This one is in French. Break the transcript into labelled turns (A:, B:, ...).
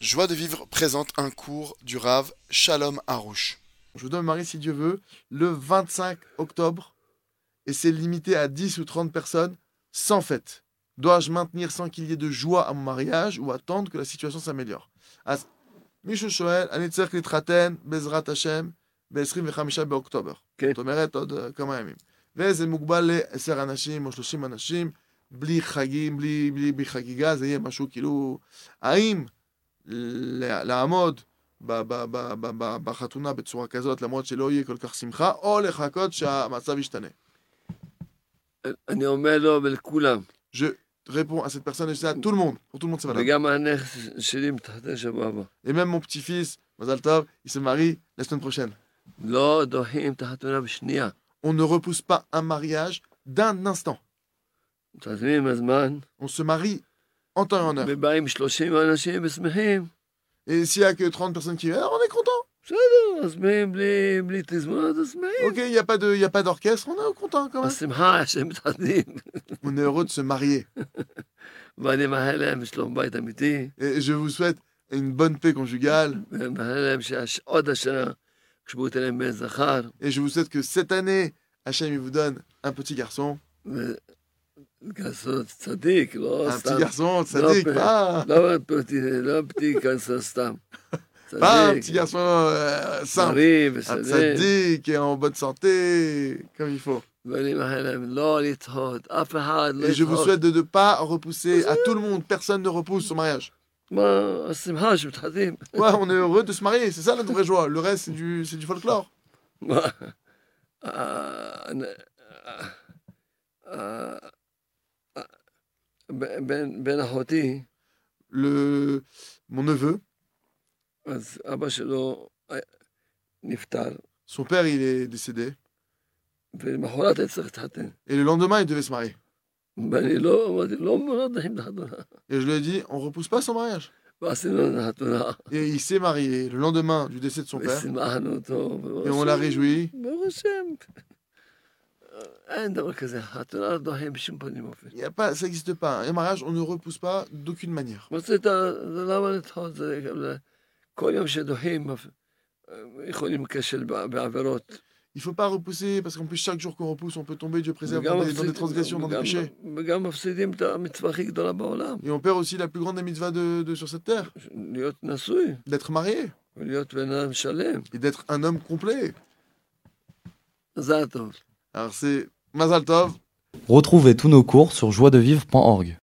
A: Joie de vivre présente un cours du Rave Shalom Harouche.
B: Je vous donne le mari si Dieu veut, le 25 octobre, et c'est limité à 10 ou 30 personnes, sans fête. Dois-je maintenir sans qu'il y ait de joie à mon mariage ou attendre que la situation s'améliore As- מישהו שואל, אני צריך להתחתן בעזרת השם ב-25 באוקטובר.
C: כן.
B: זאת אומרת, עוד אה, כמה ימים. וזה מוגבל ל-10 אנשים או 30 אנשים, בלי חגים, בלי, בלי, בלי חגיגה, זה יהיה משהו כאילו... האם ל- לעמוד ב- ב- ב- ב- ב- בחתונה בצורה כזאת, למרות שלא יהיה כל כך שמחה, או לחכות שהמצב ישתנה?
C: אני אומר לו ולכולם,
B: Je réponds à cette personne et je dis à tout le monde, pour tout le monde c'est valable.
C: וגם הנכס שלי מתחתן שבוע הבא.
B: Et même mon petit-fils, Mazal Tov, il se marie la semaine prochaine.
C: לא דוחים את החתונה בשנייה.
B: On ne repousse pas un mariage d'un instant.
C: מתחתנים בזמן,
B: On se marie en temps et en heure.
C: ובאים 30 אנשים ושמחים.
B: Et s'il n'y a que 30 personnes qui viennent, alors on est content.
C: לא, אז מי- בלי, בלי תזמונות, אז מי?
B: Ok, il n'y a pas de- il y a pas d'orchestre, on est content quand même.
C: השמחה שהם מתחתנים.
B: On est heureux de se marier.
C: ואני מאחל להם שלום בית אמיתי,
B: Et je vous souhaite une bonne paix conjugale.
C: ומאחל להם שעוד השנה, כשהוא ייתן להם בן זכר,
B: Et je vous souhaite que cette année, Hachem il vous donne un petit garçon.
C: וכעשות צדיק, לא
B: Un petit
C: סתם.
B: garçon, ça
C: Oh, Non,
B: dit
C: mais-
B: pas,
C: לא פרטי, לא פרטי כעסה סתם.
B: pas un petit
C: צדיק,
B: garçon euh, simple.
C: בריא
B: Un
C: ושדה,
B: sadique et en bonne santé, comme il faut.
C: ואני מאחל להם לא לטעות, אף אחד לא
B: Et je vous
C: לטעות.
B: souhaite de ne pas repousser à tout le monde. Personne ne repousse son mariage.
C: מה השמחה שמתחתנים?
B: Ouais, on est heureux de se marier. C'est ça la vraie joie. Le reste, c'est du, c'est du folklore.
C: מה? אה, אה, אה, אה, ב- בן- בן אחותי,
B: Le... Mon neveu,
C: אז אבא שלו אה, נפטר,
B: son père, il est décédé.
C: ולמחרת היה צריך להתחתן.
B: Et le lendemain, il devait se marier.
C: ואני לא, אמרתי, לא לא נותנים את החתונה.
B: Et je lui ai dit, on repousse pas son mariage.
C: ועשינו את החתונה,
B: Et il s'est marié le lendemain du décès de son père.
C: ושימחנו אותו.
B: Et on l'a réjoui.
C: ברוך השם. אין דבר כזה, חתונה לא דוחים בשום פנים ואופן.
B: Il y a pas, ça n'existe pas. hein. Un mariage, on ne repousse pas d'aucune manière.
C: רצית, למה לדחות? זה גם- כל יום שדוחים, אה, יכולים להיכשל בע- בעבירות.
B: Il faut pas repousser, parce qu'en plus, chaque jour qu'on repousse, on peut tomber, Dieu préserve,
C: וגם
B: dans des, dans des
C: מפסידים-
B: transgressions, dans des
C: וגם-
B: péchés.
C: וגם מפסידים את המצווה הכי גדולה בעולם,
B: Et on perd aussi la plus grande des mitzvahs de, de- sur cette terre,
C: להיות נשוי.
B: d'être marié
C: ולהיות בן אדם שלם.
B: et d'être un homme complet.
C: מזל טוב.
B: Alors c'est Mazal Tov,
D: Retrouvez tous nos cours sur joiedevivre.org.